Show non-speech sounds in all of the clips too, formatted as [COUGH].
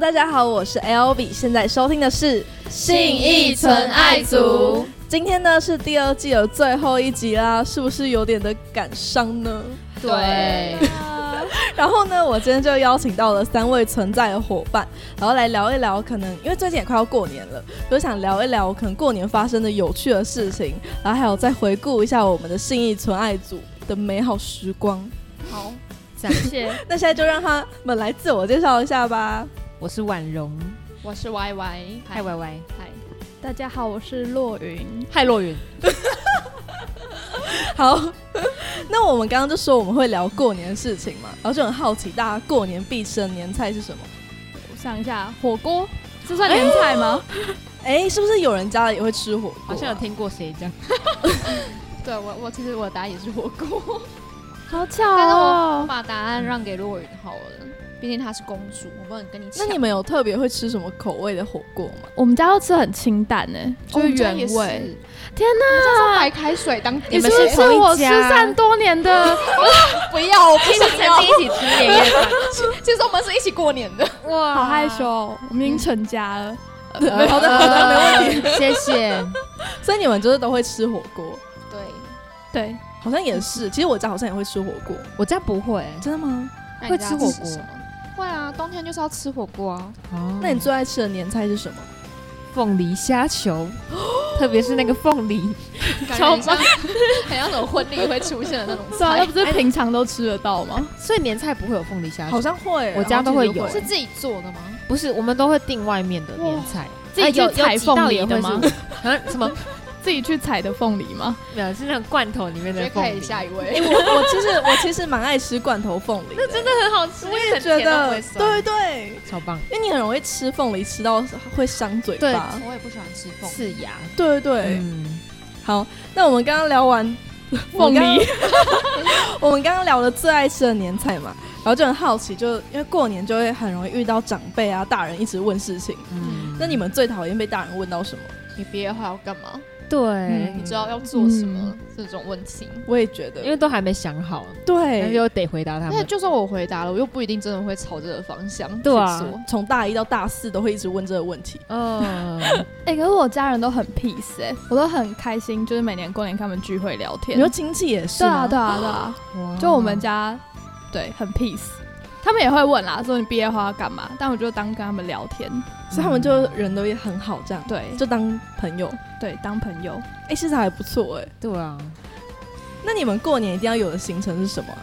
大家好，我是 L B，现在收听的是《信义纯爱组》。今天呢是第二季的最后一集啦，是不是有点的感伤呢？对，然后呢，我今天就邀请到了三位存在的伙伴，然后来聊一聊，可能因为最近也快要过年了，我就想聊一聊可能过年发生的有趣的事情，然后还有再回顾一下我们的信义纯爱组的美好时光。好，感谢。那现在就让他们来自我介绍一下吧。我是婉容， [LAUGHS] 我是 Y Y，嗨歪歪，嗨，大家好，我是洛云。嗨洛云，好， [LAUGHS] 那我们刚刚就说我们会聊过年的事情嘛，然后就很好奇大家过年必吃的年菜是什么？我想一下，火锅这算年菜吗？哎，是不是有人家里也会吃火锅啊、好像有听过谁这样，对我，我其实我的答案也是火锅，好巧但是我哦！把答案让给洛云好了，毕竟她是公主，我不能跟你抢。那你们有特别会吃什么口味的火锅吗？我们家都吃很清淡呢、哦就是原味。天哪，哪！白开水当你是们不是是吃我同一失家散多年 [LAUGHS] 的？不要，我不想要。一起吃年夜饭， [LAUGHS] 其实我们是一起过年的。哇好害羞，哦，嗯我们已经成家了。呃，好的好的，没问题，谢谢。所以你们就是都会吃火锅，对，对，好像也嗯是。其实我家好像也会吃火锅，我家不会，真的吗？那会你家吃火吃什么会啊，冬天就是要吃火锅啊。那你哦最爱吃的年菜是什么？凤梨虾 [GASPS] 球，特别是那个凤梨， [LAUGHS] 感觉很像 [LAUGHS] 很像那种婚礼会出现的那种对啊，那菜哎不，是平常都吃得到 [LAUGHS] 吗？所以年菜不会有凤梨虾好球，像会，啊啊我家都会有好像是其实自己做的吗？不是，我们都会订外面的年菜，自己呃有去采有几道凤梨也会的吗是？嗯，什么？自己去采的凤梨吗？ [LAUGHS] 没有，是那种罐头里面我觉的得凤可梨以，下一哎、位。我我其实我其实蛮爱吃罐头凤梨的，那真的很好吃，我也觉得，啊对对，超棒，因为你很容易吃凤梨，吃到会伤嘴巴。啊我也不喜欢吃凤梨。刺牙，对对对，嗯，好，那我们刚刚聊 [LAUGHS] 完凤梨， [LAUGHS] 我们刚刚聊了最爱吃的年菜嘛，然后就很好奇，就因为过年就会很容易遇到长辈啊、大人一直问事情。嗯那你们最讨厌被大人问到什么？你毕业后要干嘛？对，你知道要做什嗯么？这种问题。我也觉得，因为都还没想好，那对，就得回答他但是们。哎就算我回答了，我又不一定真的会朝这个方向去对啊做。从大一到大四都会一直问这个问题。 [LAUGHS] 嗯，哎、可是我家人都很 peace 哎、我都很开心，就是每年过年跟他们聚会聊你天。说亲戚也是对吗？啊，对啊，对啊，哇就我哦们家，对，很 peace。他们也会问啦，说你毕业后要干嘛？但我就当跟他们聊天，所以他们就人都也很好，这样对，就当朋友。对，当朋友。哎、其实还不错哎、对啊，那你们过年一定要有的行程是什么、啊？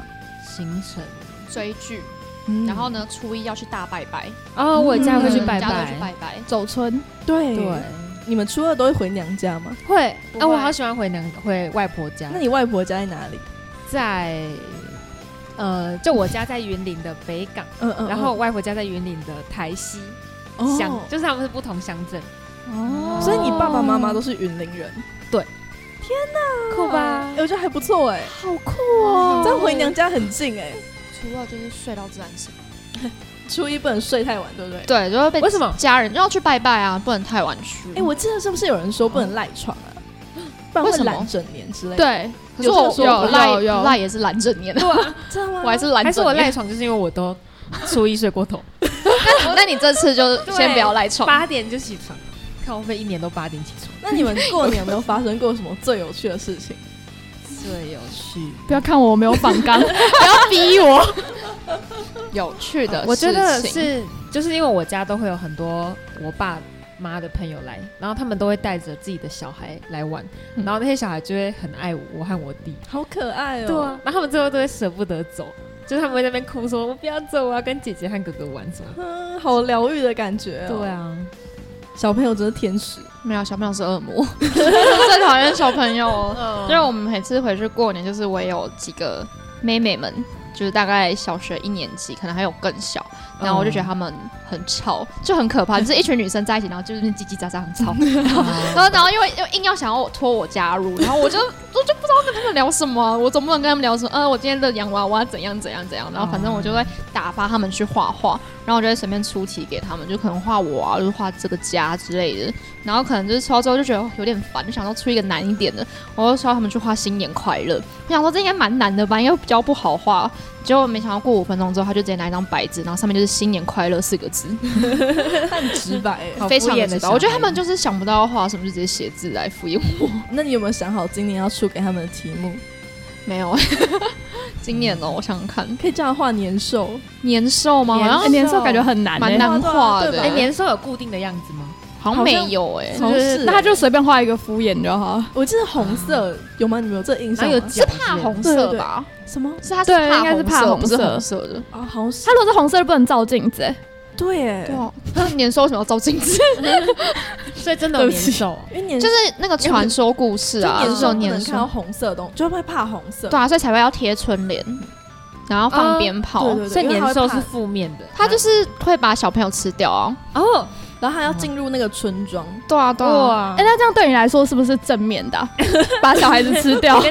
行程追剧，嗯然后呢，初一要去大拜拜，哦，我家会去拜嗯大家都去拜，拜拜。走村对对。你们初二都会回娘家吗？会不啊，会我好喜欢回娘回外婆家那，你外婆家在哪里？在呃，就我家在云林的北港，嗯嗯哦然后我外婆家在云林的台西乡，就是他们是不同乡镇，哦所以你爸爸妈妈都是云林人，啊酷吧哎？我觉得还不错哎、好酷哦这样回娘家很近哎、初二就是睡到自然醒，初一不能睡太晚，对不对？对，就会被为什么家人就要去拜拜啊，不能太晚去。哎、我记得是不是有人说不能赖床啊？不然为会什么懒整年之类的。对，可是有这我个说法赖有有赖也是懒整年，对，真的吗？ [LAUGHS] 我还是懒整年。还是我赖床，就是因为我都初一睡过头， [LAUGHS] 那你这次就对先不要赖床。 [LAUGHS] 八点就起床，看我会一年都八点起床，那你们过年有没有发生过什么最有趣的事情？最有趣。不要看我，我没有反刚，不要逼我。有趣的事情，我觉得是，就是因为我家都会有很多我爸妈的朋友来，然后他们都会带着自己的小孩来玩，嗯然后那些小孩就会很爱我和我弟， [LAUGHS] 好可爱哦、对啊，然后他们最后都会舍不得走，就是他们会在那边哭说：“我不要走，我要跟姐姐和哥哥玩。”什么的？嗯，好疗愈的感觉、哦对，啊，小朋友真是天使。 [LAUGHS] 没有小朋友是恶魔， [LAUGHS] 我最讨厌小朋友哦。因为我们每次回去过年，就是我有几个妹妹们，就是大概小学一年级，可能还有更小，然后我就觉得她们很吵，就很可怕，就是一群女生在一起，然后就是叽叽喳喳很吵，啊然后然 [LAUGHS] 后因为又硬要想要我拖我加入，然后我就我就不知道跟他们聊什么啊、我总不能跟他们聊什么，呃，我今天的洋娃娃怎样怎样怎样，然后反正我就会打发他们去画画，然后我就会随便出题给他们，就可能画我啊，就是画这个家之类的，然后可能就是抽到之后就觉得有点烦，就想要出一个难一点的，我就说他们去画新年快乐，我想说这应该蛮难的吧，应该比较不好画，结果没想到过五分钟之后，他就直接拿一张白纸，然后上面就是新年快乐四个字。字，很直白欸。好非常敷的衍的直白。小我觉得他孩们就是想不到要画什么，就直接写字来敷衍我。那你有没有想好今年要出给他们的题目？没有， [LAUGHS] 今年哦，我想想看，可以这样画年兽，年兽吗？好年哎像年兽感觉很难蛮欸，难画对吧的对哎，吧欸，年兽有固定的样子吗？好像没有哎，好像就是是那他就随便画一个敷衍就好。我记得红色有吗？你们有这个印然象后吗？有角怕尖红对对色对吧？什么是它对应该是怕色，红不是色红色的。 [LAUGHS] 啊？好像是他如果是红色就不能照镜子欸，对耶对，啊，那年兽为什么要照镜子？所以真的有对不年起兽哦。因为年就就是那个传说故事啊，年就是有兽不年能看到兽，红色的东西，就会怕红色。对啊，所以才会要贴春联，然后放哦鞭炮对。对对，所以因为它会年兽怕是负面的，他就是会把小朋友吃掉啊！哦，然后还要进入那个村庄，对啊，对啊，哇哎，，那这样对你来说是不是正面的啊？把小孩子吃掉？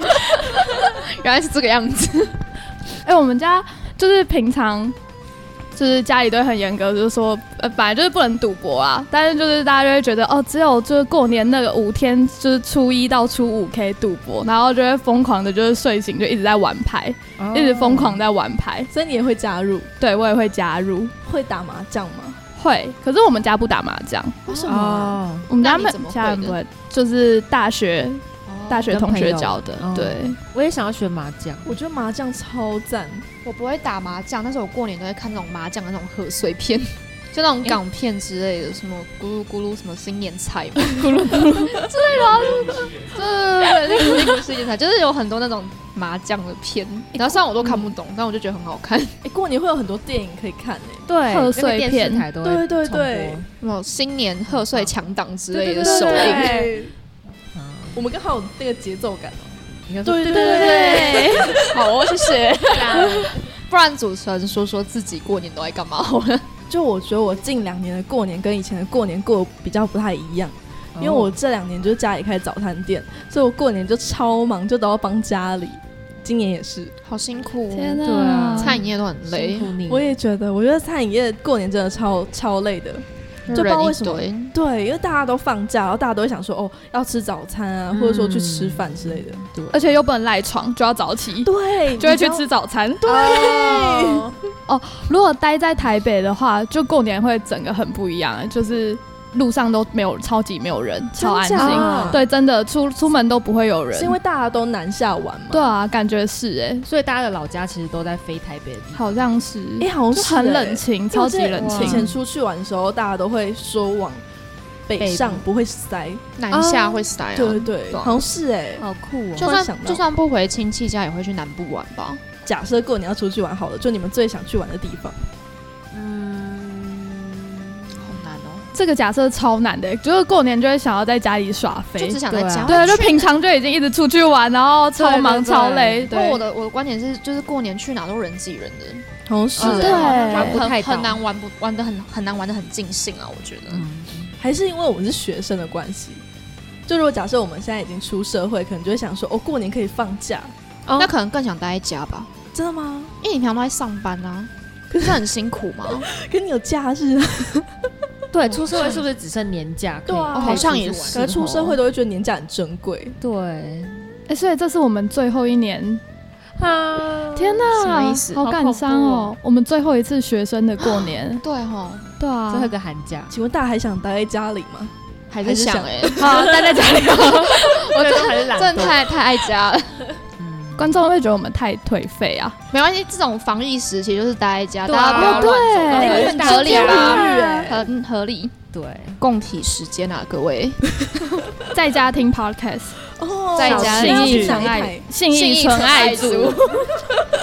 原来是这个样子。哎、我们家就是平常就是家里都会很严格，就是说呃，本来就是不能赌博啊，但是就是大家就会觉得哦，只有就是过年那个五天，就是初一到初五可以赌博，然后就会疯狂的，就是睡醒就一直在玩牌，哦一直疯狂在玩牌。所以你也会加入，对我也会加入，会打麻将吗？会，可是我们家不打麻将，为什么啊？哦，我们那家你没怎么家会人的哦不会，就是大学大学跟同朋学友教的，哦对。我也想要学麻将，我觉得麻将超赞，我不会打麻将，但是我过年都会看那种麻将的那种贺岁片，就那种港片之类的，什么咕噜咕噜，什么新年菜嘛，咕噜咕噜之类的啊。对对对对，那个新年菜就是有很多那种麻将的片，然后虽然我都看不懂，但我就觉得很好看。哎，过年会有很多电影可以看诶。对贺那个岁电视片台都会对对重对播什么新年贺岁强档之类的对首对映，对对啊嗯我们刚好有那个节奏感哦。应该说对对对对，好哦，谢谢。不然主持人说说自己过年都在干嘛好了。就我觉得我近两年的过年跟以前的过年过得比较不太一样，因为哦我这两年就是家里开早餐店，所以我过年就超忙，就都要帮家里。今年也是，好辛苦、天哦，哪！对啊餐饮业都很辛累，苦嗯你，我也觉得，我觉得餐饮业过年真的超超累的。就就不知道为什么人一堆对，因为大家都放假，然后大家都会想说，哦，要吃早餐啊，或者说去嗯吃饭之类的。对，而且又不能赖床，就要早起，对，就会你知道去吃。哦早餐。对，如果待在台北的话，就过年会整个很不一样，就是路上都没有，超级没有人，超安真假静。的对，真的出出门都不会有人是。因为大家都南下玩嘛。对啊，感觉是哎、所以大家的老家其实都在飞台北的地方，好像是，哎，好像就是很欸冷清，因为超我记级得冷以前清。出去玩的时候，大家都会说往北北上部不会塞。啊南下会 style，、对对，懂好像是哎。好酷哦就突然想算到就算不回亲戚家，也会去南部玩吧。假设过年要出去玩好了，就你们最想去玩的地方。好难哦，这个假设超难的、欸就是过年就会想要在家里耍就飞只。想在家。对，啊就平常就已经一直出去玩，然后超忙对对对超累。不过对我，的我的观点是，就是过年去哪都人挤人的，好像是嗯欸玩不很太到很难玩不玩的很很难玩的很尽兴啊，我觉得。嗯，还是因为我们是学生的关系。就如果假设我们现在已经出社会，可能就会想说，哦，过年可以放假，那可能更想待在家吧，真的吗？ [LAUGHS] 因为你平常都在上班啊，不是很辛苦吗？可是你有假日啊，对，出社会是不是只剩年假可 [LAUGHS] 以？对啊可以好哦像出去也玩是可能出社会都会觉得年假很珍贵。对哎、所以这是我们最后一年啊，天什么呐意，思，好好感恐伤怖哦！我们最后一次学生的过年 [GASPS] 对吼，对啊最后一个寒假，请问大家还想待在家里吗？还还是是想想哎、好待在家 [LAUGHS] 里。 [LAUGHS] 我真这个很的懒真的惰太太爱家了。嗯观众会觉得我们太颓废啊，没关系，这种防疫时期就是待在家，对大啊家不要不要乱乱走走，很哦对合理吧？日哎，很合理，对，共体时间啊，各位。在家听 podcast，哦 [LAUGHS] 在家信里义去哪一爱台？信 [LAUGHS] 信义义纯纯爱爱组 [LAUGHS] 组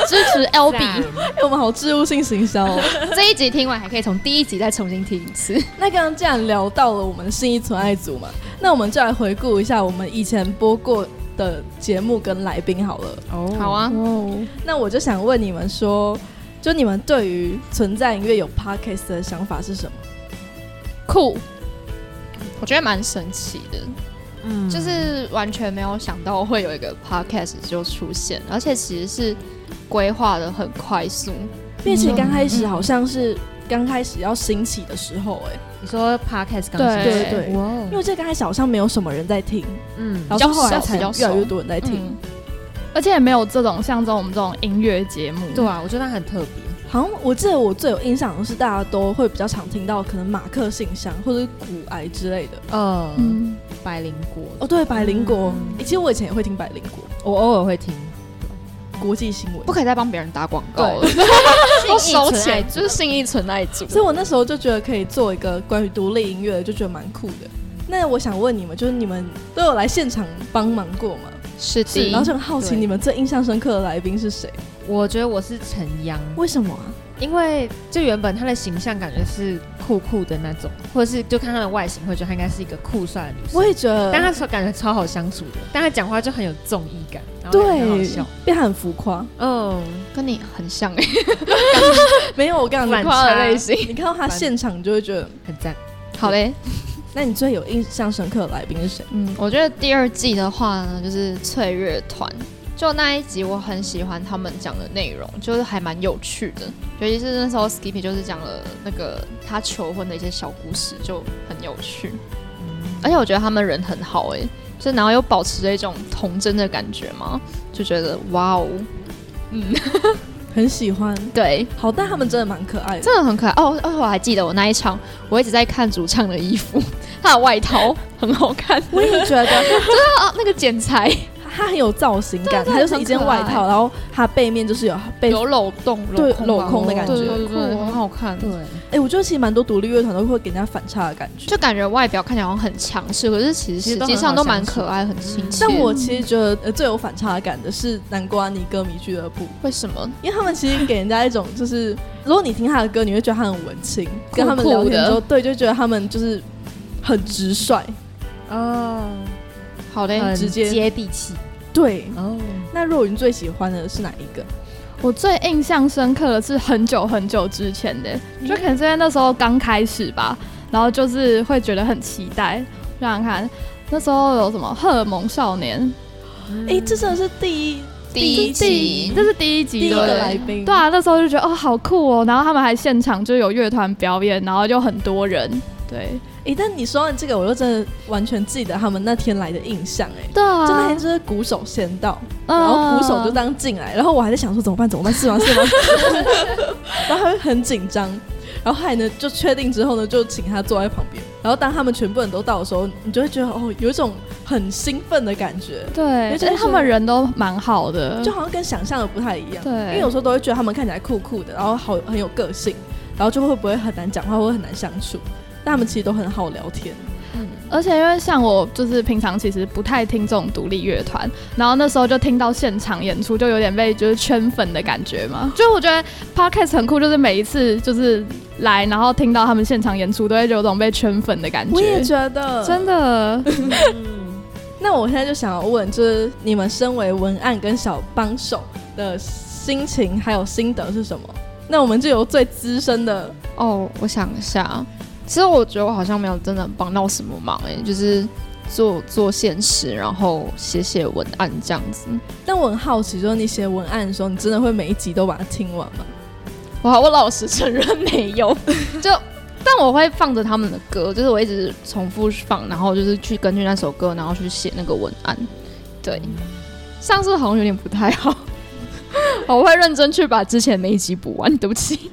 支 [LAUGHS] 持 L B，哎我们好植入性行销哦。 [LAUGHS] 这一集听完还可以从第一集再重新听一次。那刚刚既然聊到了我们的信义存爱组嘛，那我们就来回顾一下我们以前播过的节目跟来宾好了。 [LAUGHS] 哦好，啊，哦，那我就想问你们说，就你们对于存在音乐有 podcast 的想法是什么？酷，我觉得蛮神奇的，嗯就是完全没有想到会有一个 podcast 就出现，而且其实是规划的很快速。并且刚开始好像是刚开始要兴起的时候、嗯哎，你说 podcast 刚对对对，哇因哦，为这刚开始好像没有什么人在听，嗯然后后来比较少才比较越少来越多人在听。嗯，而且也没有这种像这种我们这种音乐节目，对啊，我觉得它很特别，好像我记得我最有印象的是，大家都会比较常听到可能马克信箱或者是骨癌之类的。嗯，嗯，百灵果，哦，对，百灵果、嗯诶其实我以前也会听百灵果我偶尔会听。国际新闻，不可以再帮别人打广告 [LAUGHS] 了，都都收钱，就是信义纯爱组。所以我那时候就觉得可以做一个关于独立音乐的，就觉得蛮酷的。那我想问你们，就是你们都有来现场帮忙过吗？是的，然后就很好奇，对你们最印象深刻的来宾是谁？我觉得我是陈央，为什么啊？因为就原本她的形象感觉是酷酷的那种，或者是就看她的外形，会觉得她应该是一个酷帅的女生。我也觉得，但她说感觉超好相处的，但她讲话就很有综艺感，然后也很好对笑。，变很浮夸。嗯，跟你很像 [LAUGHS] 哎， [LAUGHS] 没有，我跟你反讲，夸的差类型。你看到他现场就会觉得，很赞。好嘞，那你最有印象深刻的来宾是谁？嗯，我觉得第二季的话呢，就是翠乐团，就那一集我很喜欢他们讲的内容，就是还蛮有趣的，尤其是那时候 Skippy 就是讲了那个他求婚的一些小故事，就很有趣。而且我觉得他们人很好哎、就然后又保持着一种童真的感觉嘛，就觉得哇哦，很喜欢，对，好，但他们真的蛮可爱的。真的很可爱哦。而且我还记得我那一场，我一直在看主唱的衣服，他的外套很好看，我也觉得 [LAUGHS] 啊，那个剪裁他很有造型感，对对他就是一件很可爱外套，然后他背面就是有被有镂洞，对镂镂空的感觉对对对对，酷哦很好看。对，哎、我觉得其实蛮多独立乐团都会给人家反差的感觉。就感觉外表看起来好像很强势，可是其实其实实都际很上好都蛮相处可爱、很亲切。但我其实觉得呃最有反差感的是南瓜泥歌迷俱乐部，为什么？因为他们其实给人家一种就是，如果你听他的歌，你会觉得他很文青，跟他们聊天之后，对，就觉得他们就是很直率。哦，好嘞，很哎直接接地气。对，嗯哦，那若云最喜欢的是哪一个？我最印象深刻的是很久很久之前的，就可能是因为那时候刚开始吧，然后就是会觉得很期待。想想看，那时候有什么荷尔蒙少年，嗯哎、这真的是第一第一集这是第一集第一对不个对来宾，对啊，那时候就觉得哦，好酷哦！然后他们还现场就有乐团表演，然后就很多人。对，哎、但你说完这个，我就真的完全记得他们那天来的印象、哎、对啊就那天就是鼓手先到，嗯然后鼓手就这样进来，然后我还在想说怎么办怎么办是吗是吗？ [LAUGHS] 然后他就很紧张，然后后来呢就确定之后呢就请他坐在旁边，然后当他们全部人都到的时候，你就会觉得哦有一种很兴奋的感觉，嗯对，就而是且他们人都蛮好的，就好像跟想象的不太一样。嗯对，因为有时候都会觉得他们看起来酷酷的，然后好很有个性，然后就会不会很难讲话，或者很难相处。但他们其实都很好聊天，而且因为像我就是平常其实不太听这种独立乐团，然后那时候就听到现场演出，就有点被就是圈粉的感觉嘛。就我觉得 podcast 很酷，就是每一次就是来，然后听到他们现场演出，都会有种被圈粉的感觉。觉得真的，嗯嗯那我现在就想要问，就是你们身为文案跟小帮手的心情还有心得是什么？那我们就由最资深的，哦，我想一下，其实我觉得我好像没有真的帮到什么忙哎、就是做做现实，然后写写文案这样子。但我很好奇，就是你写文案的时候，你真的会每一集都把它听完吗？我我老实承认没有，就但我会放着他们的歌，就是我一直重复放，然后就是去根据那首歌，然后去写那个文案。对，嗯上次好像有点不太好， [LAUGHS] 我会认真去把之前那一集补完。对不起，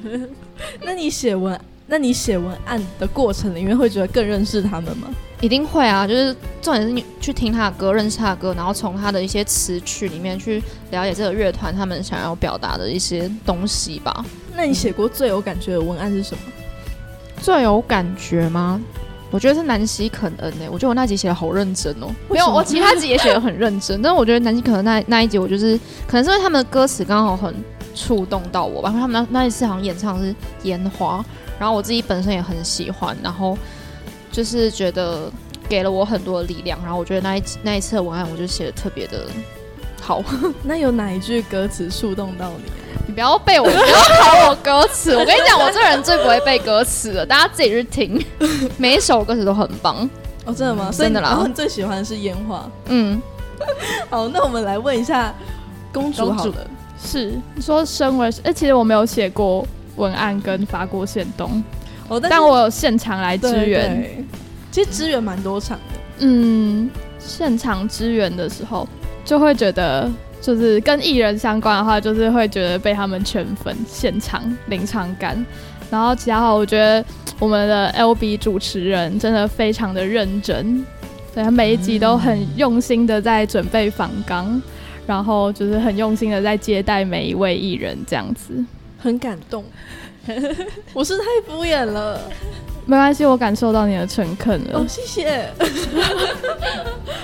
那你写文，那你写文案的过程里面，会觉得更认识他们吗？一定会啊，就是重点是你去听他的歌，认识他的歌，然后从他的一些词曲里面去了解这个乐团他们想要表达的一些东西吧。那你写过最有感觉的文案是什么？最有感觉吗？我觉得是南希肯恩欸诶、我觉得我那集写的好认真哦、为没什有，么我其他集也写的很认真，但是我觉得南希肯恩那那一集，我就是可能是因为他们的歌词刚好很触动到我吧。他们那那一次好像演唱是《烟花》，然后我自己本身也很喜欢，然后就是觉得给了我很多的力量。然后我觉得那一集那一次的文案，我就写的特别的好。那有哪一句歌词触动到你、啊？你不要背我，不要考我歌词。我跟你讲，我这人最不会背歌词了，大家自己去 [LAUGHS] 听。每一首歌词都很棒。哦，真的吗？嗯所以你真的啦然后你最喜欢的是烟花。嗯，好，那我们来问一下公主公好主了。是你说身为，哎、其实我没有写过文案跟发过线动，哦，但但是我有现场来支援。对对其实支援蛮多场的。嗯，现场支援的时候就会觉得就是跟艺人相关的话，就是会觉得被他们圈粉，现场临场感。然后其他话，我觉得我们的 LB 主持人真的非常的认真，对他每一集都很用心的在准备访纲，然后就是很用心的在接待每一位艺人这样子。很感 [LAUGHS] 动。我是太敷衍了，没关系，我感受到你的诚恳了。嗯哦，谢谢。 [LAUGHS]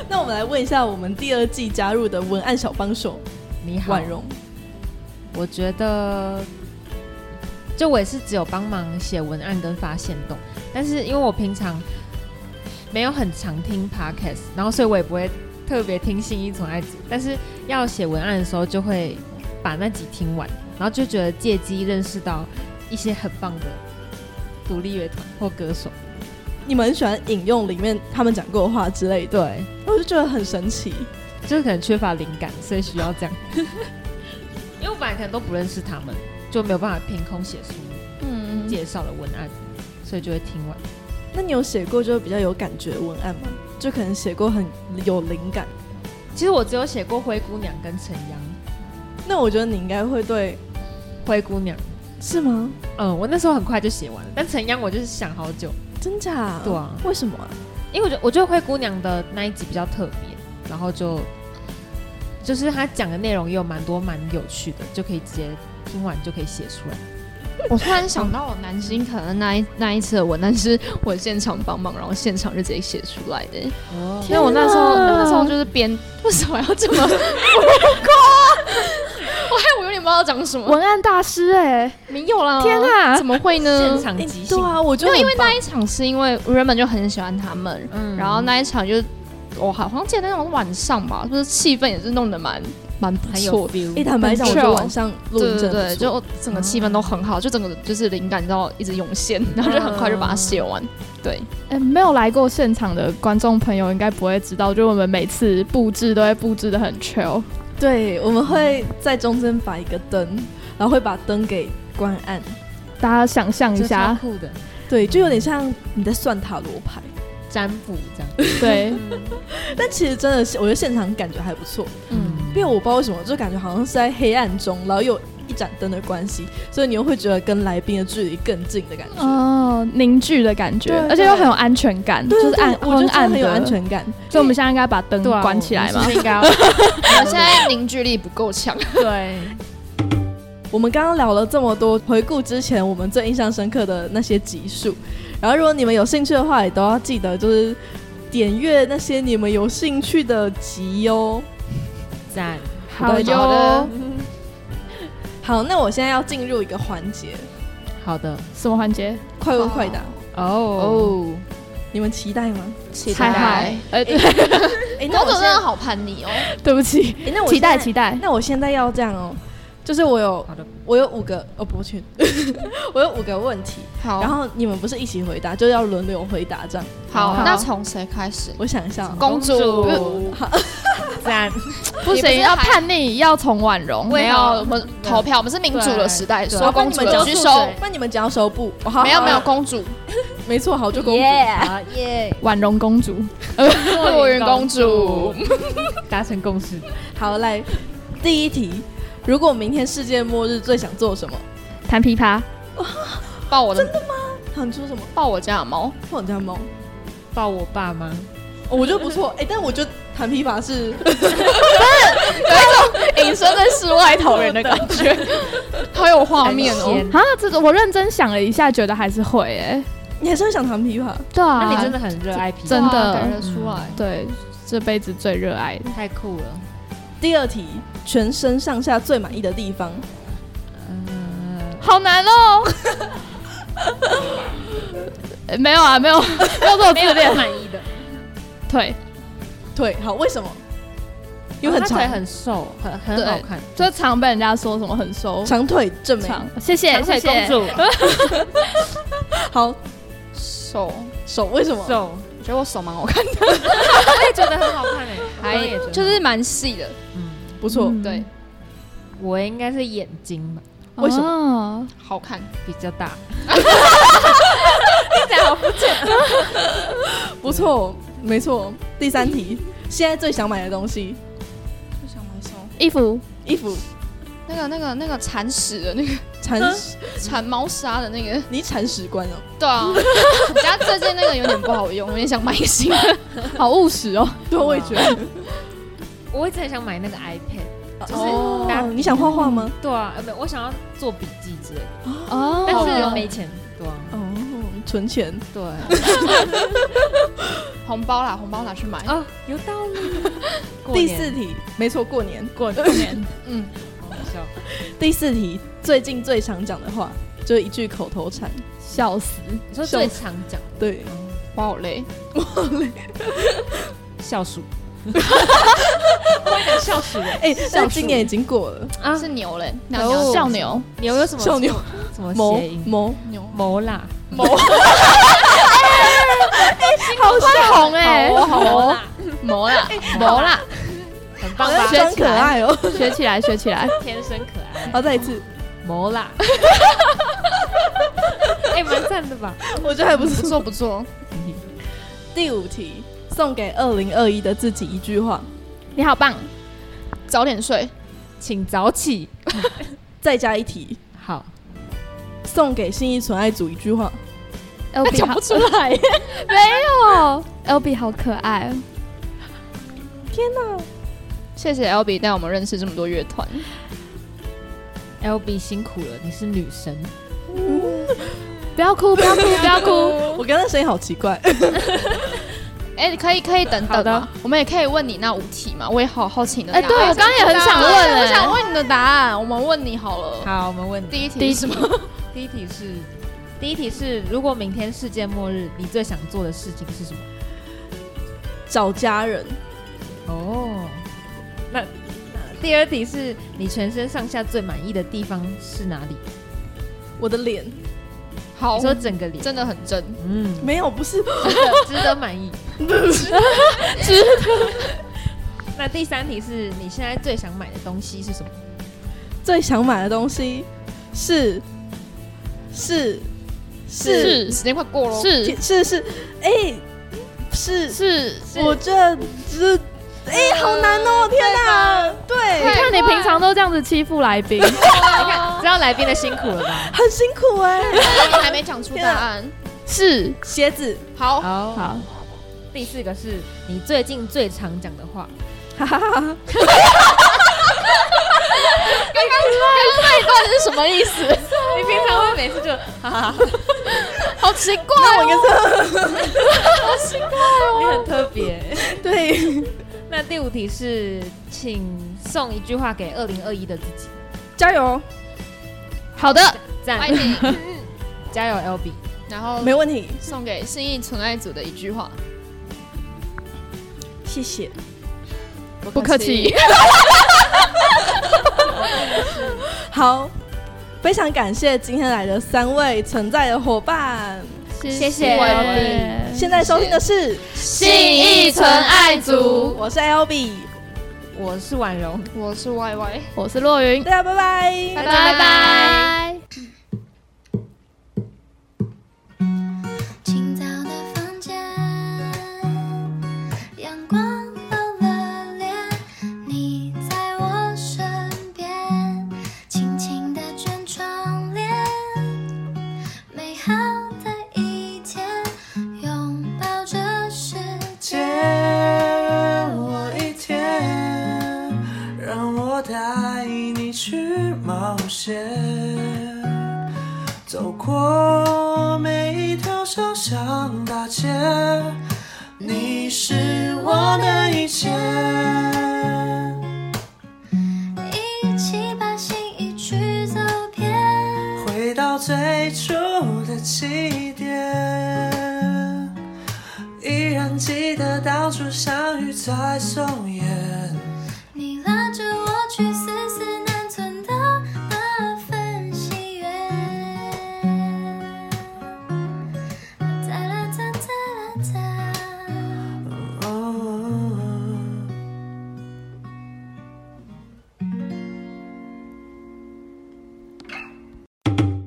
那我们来问一下我们第二季加入的文案小帮手你好婉，容，我觉得，就我也是只有帮忙写文案跟发现动，但是因为我平常没有很常听 podcast，然后所以我也不会特别听信一从爱组，但是要写文案的时候就会把那集听完，然后就觉得借机认识到一些很棒的独立乐团或歌手。你们很喜欢引用里面他们讲过的话之类的，对，我就觉得很神奇。就是可能缺乏灵感，所以需要这样。 [LAUGHS] 因为我本来可能都不认识他们，就没有办法凭空写出嗯，介绍的文案，所以就会听完。那你有写过就是比较有感觉的文案吗？就可能写过很有灵感。其实我只有写过《灰姑娘》跟《陈阳那我觉得你应该会对，》。灰姑娘，是吗？嗯，我那时候很快就写完了，但陈阳我就是想好久。真假？对啊为什么啊？因为我觉得我觉得灰姑娘的那一集比较特别，然后就就是她讲的内容也有蛮多蛮有趣的，就可以直接听完就可以写出来。我突然想到，我南京可能那一那一次的文案是我现场帮忙，然后现场就直接写出来的。哦，因为我那时候天哪那时候就是编， [LAUGHS] 为什么要这么浮夸？我还我有点不知道讲什么。文案大师哎、没有啦，天啊哪哦怎么会呢？现场即兴对，啊，我觉没得有，因很为那一场是因为我原本就很喜欢他们，嗯然后那一场就我好像记得那种晚上吧，就是气氛也是弄得蛮蛮不很错有的。一 feel。坦白讲，我觉得 chill 晚上录对音对真的对，不错就整个气氛都很好，就整个就是灵感到一直涌现，然后就很快就把它写完。对，哎，没有来过现场的观众朋友应该不会知道，就我们每次布置都会布置的很 chill，对，我们会在中间摆一个灯，然后会把灯给关暗，大家想象一就超下，酷的对，就有点像你在算塔罗牌。占卜这样，对，但其实真的是，我觉得现场感觉还不错，嗯，因为我不知道为什么，就感觉好像是在黑暗中，然后有一盏灯的关系，所以你又会觉得跟来宾的距离更近的感嗯觉。哦，凝聚的感觉对，对而且又很有安全感，对就是暗我觉昏得暗很有的安，全感。所以我们现在应该把灯对啊，关起来我嘛们。是不是 [LAUGHS] 应该要我现在凝聚力不够强。对，我们刚刚聊了这么多，回顾之前我们最印象深刻的那些集数，然后如果你们有兴趣的话，也都要记得就是点阅那些你们有兴趣的集哟。赞。好 [LAUGHS] 好的哟，好，那我现在要进入一个环节，好的什么环节？快问快答，哦哦，你们期待吗？期嗨待嗨。，呃，对哎、那高我现总真在的好叛逆哦。对不起，哎那我期待现在期待，那我现在要这样哦，就是我有好的我有五个哦，不去， [LAUGHS] 我有五个问题，好，然后你们不是一起回答，就要轮流回答这样。好，好那从谁开始？我想一下哦，公主 [LAUGHS] 赞，不啊也不是行，要还叛逆，要从婉容，没有，我们对投票，我们是民主的时代，对说哦公主的举手。那你们只要手部，哦好没有好没有，公主，没错，好就公主。好耶，婉容公主，落云公主， [LAUGHS] 达成共识。好，来第一题，如果明天世界末日，最想做什么？弹琵琶，抱我的好，你说什么？抱我家的猫，放你家猫，抱我爸妈，哦我觉得不 [LAUGHS] 错。哎，但我觉得弹琵琶 [LAUGHS] 是 [LAUGHS] 隐身在世外桃源的感觉，好有画面很哦仙。啊，这个我认真想了一下，觉得还是会哎，你还是会想弹琵琶，对啊，那你真的很热爱皮，真的 [LAUGHS] 哇感觉出来。对这辈子最热爱的。太酷了。第二题，全身上下最满意的地方，嗯，好难哦。 [LAUGHS] 呃没有啊，没有， [LAUGHS] 没有这么自恋。满意的，对，腿好，为什么？因为很他长，腿很瘦，很很对好看。就常被人家说什么很收长腿正美。长，谢谢长谢腿公谢。主好，手，手为什么？瘦，我觉得我手蛮好看的，我也觉得很好看哎， [LAUGHS] 我也觉得就是蛮细的，嗯，不错，嗯对，我应该是眼睛吧，为什么么？好看。比较大。不 [LAUGHS] 错，没错。第三题，现在最想买的东西，嗯就想买手，衣服衣服那个、那个、那个铲屎的那个铲嗯屎，铲猫砂的那个，你铲屎官哦，对啊，我家最近那个有点不好用，我有点想买一个新的。 [LAUGHS] 好务实哦，对，我也觉得。我一直很想买那个 iPad，就是大哦，你想画画吗？对啊，呃，不，我想要做笔记之类的，哦但是又没钱，对啊，哦，存钱，对，啊红包啦，红包拿去买。哦，有道理。过第年四，题，没错，过年。过年嗯，好笑第四题，最近最常讲的话就是一句口头禅，笑死，你说最常讲的对，我好累，笑鼠笑死了。哎，但今年已经过了，啊，是牛嘞，可那恶牛笑牛，牛有什么笑牛什么某哦谐音？某牛，谋啦， [LAUGHS] 某，好快红哎，好谋哦啦，哎魔啦，魔啦，很棒好吧像？学哎装起可来爱哦。学起来学起来，天生可爱，好，再一次，谋啦，哎，蛮赞的吧？我觉得还不不错。错不错，第五题，送给二零二一的自己一句话，你好棒，早点睡，请早起，再加一题，好，送给信义纯爱组一句话， L [LAUGHS] 讲 B 好不出来，哦，L B 好可爱，谢谢 L B 带我们认识这么多乐团， L B 辛苦了，你是女神。不要哭不要哭不要哭，我刚刚声音好奇怪， [LAUGHS] 哎，可以可以等好等的吗？我们也可以问你那五题嘛，我也好好奇你的答哎案。对我刚刚也很想问哎我想问你的答案，我们问你好了。好，我们问第一题第一是什么？第一题是，第一题是，如果明天世界末日，你最想做的事情是什么？找家人，哦，那那第二题是你全身上下最满意的地方是哪里？我的脸好你，说整个脸，真的很真， [LAUGHS] 嗯，没有，不是， [GASPS] 值得值得满意， [LAUGHS] 值得。那第三题是你现在最想买的东西是什么？最想买的东西是是是时间快过了，哦是是是是，哎，是是，我这这，哎，好难哦，天哪，对，啊看你平常都这样子欺负来宾，知道来宾的辛苦了吧？很辛苦哎，哦还没讲出答案。 [LAUGHS] 是鞋子， [LAUGHS] 好， [LAUGHS] 好好，第四个是你最近最常讲的话。哈哈哈哈，这一段是什么意思？你平常会每次就好奇怪那我应哦。该是你哦很特别。对那第五题是，请送一句话给二零二一的自己，加油，好的，赞，爱你， [LAUGHS] 加油，L B。然后没问题，送给信义纯爱组的一句话：谢谢，不客气。好。非常感谢今天来的三位存在的伙伴。谢谢现在收听的是信义纯爱组我是 L B，我是婉容，我是 Y Y，我是洛云，大家拜拜。拜拜拜。清早的房间，阳光到了脸，你在我身边，轻轻地卷窗帘，美好的一天，拥抱着世借界。我一天，让我带你去冒险，走过每一条小巷大街，你是我的一切。一起把心意去走遍，回到最初的起点，依然记得当初相遇在松烟。你拉着我去丝丝难存的那份喜悦。哒啦哒哒啦哒，哦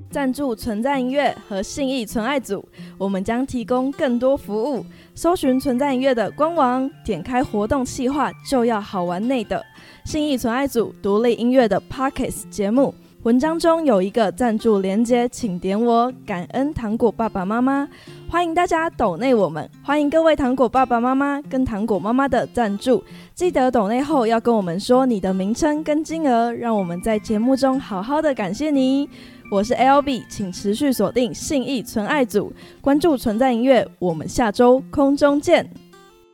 在赞助存在音乐和信义存爱组，我们将提供更多服务。搜寻存在音乐的官网，点开活动企划就要好玩内的信义存爱组独立音乐的 Pockets 节目。文章中有一个赞助连接，请点我。感恩糖果爸爸妈妈，欢迎大家抖内我们，欢迎各位糖果爸爸妈妈跟糖果妈妈的赞助。记得抖内后要跟我们说你的名称跟金额，让我们在节目中好好的感谢你。我是 L B，请持续锁定信义纯爱组，关注存在音乐，我们下周空中见。